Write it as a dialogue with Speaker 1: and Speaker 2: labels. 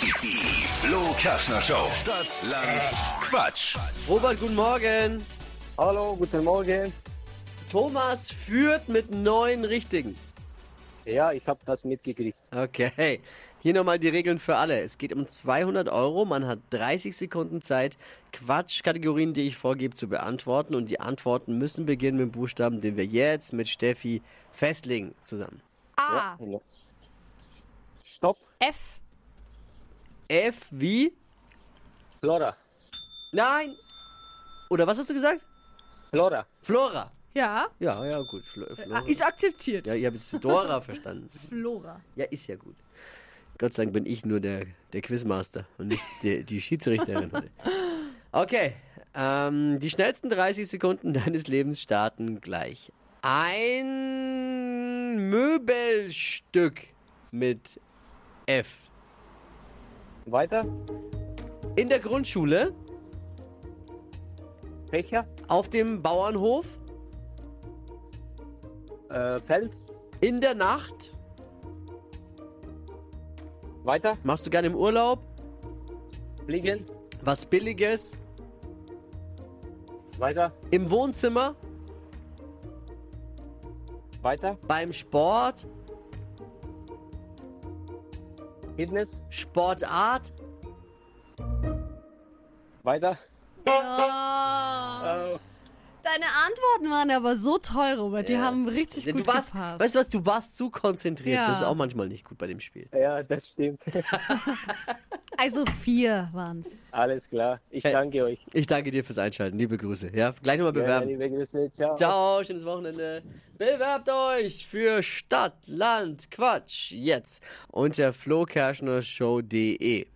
Speaker 1: Die Flo Kerschner Show. Stadt, Land, Quatsch.
Speaker 2: Robert, guten Morgen.
Speaker 3: Hallo, guten Morgen.
Speaker 2: Thomas führt mit neun Richtigen.
Speaker 3: Ja, ich habe das mitgekriegt.
Speaker 2: Okay, hier nochmal die Regeln für alle. Es geht um 200 Euro. Man hat 30 Sekunden Zeit, Quatschkategorien, die ich vorgebe, zu beantworten. Und die Antworten müssen beginnen mit dem Buchstaben, den wir jetzt mit Steffi festlegen zusammen.
Speaker 3: Ja,
Speaker 4: A,
Speaker 3: hallo. Stopp,
Speaker 4: F,
Speaker 2: F wie?
Speaker 3: Flora.
Speaker 2: Nein. Oder was hast du gesagt?
Speaker 3: Flora.
Speaker 2: Flora. Äh, ah, Ja,
Speaker 4: ja,
Speaker 2: ja, gut. Flo Flora.
Speaker 4: ist akzeptiert.
Speaker 2: Ja, ihr habt jetzt Dora verstanden.
Speaker 4: Flora.
Speaker 2: Ja, ist ja gut. Gott sei Dank bin ich nur der, der Quizmaster und nicht die, die Schiedsrichterin heute. Okay, ähm, die schnellsten 30 Sekunden deines Lebens starten gleich. Ein Möbelstück mit F.
Speaker 3: Weiter.
Speaker 2: In der Grundschule,
Speaker 3: Fächer.
Speaker 2: auf dem Bauernhof,
Speaker 3: Äh, Feld.
Speaker 2: in der Nacht.
Speaker 3: Weiter.
Speaker 2: Machst du gerne im Urlaub?
Speaker 3: Fliegen.
Speaker 2: Was Billiges?
Speaker 3: Weiter.
Speaker 2: Im Wohnzimmer?
Speaker 3: Weiter.
Speaker 2: Beim Sport?
Speaker 3: Fitness.
Speaker 2: Sportart?
Speaker 3: Weiter.
Speaker 4: Ja.
Speaker 3: Äh,
Speaker 4: Deine Antworten waren aber so toll, Robert. Die haben richtig
Speaker 2: Ja,
Speaker 4: gut
Speaker 2: du warst,
Speaker 4: gepasst.
Speaker 2: weißt du was, du warst zu konzentriert.
Speaker 4: Ja.
Speaker 2: Das ist auch manchmal nicht gut bei dem Spiel.
Speaker 3: ja, das stimmt.
Speaker 4: also vier waren's.
Speaker 3: Alles klar. Ich danke euch.
Speaker 2: Ich danke dir fürs Einschalten. Liebe Grüße. Ja, gleich nochmal
Speaker 3: Ja,
Speaker 2: bewerben.
Speaker 3: liebe Grüße. Ciao.
Speaker 2: Ciao, schönes Wochenende. Bewerbt euch für Stadt, Land, Quatsch jetzt unter flokerschnershow.de.